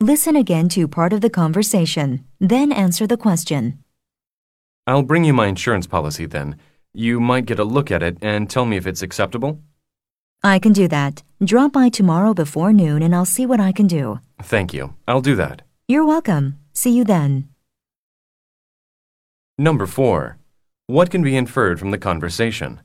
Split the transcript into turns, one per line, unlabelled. Listen again to part of the conversation, then answer the question.
I'll bring you my insurance policy then. You might get a look at it and tell me if it's acceptable.
I can do that. Drop by tomorrow before noon and I'll see what I can do.
Thank you. I'll do that.
You're welcome. See you then.
Number four. What can be inferred from the conversation?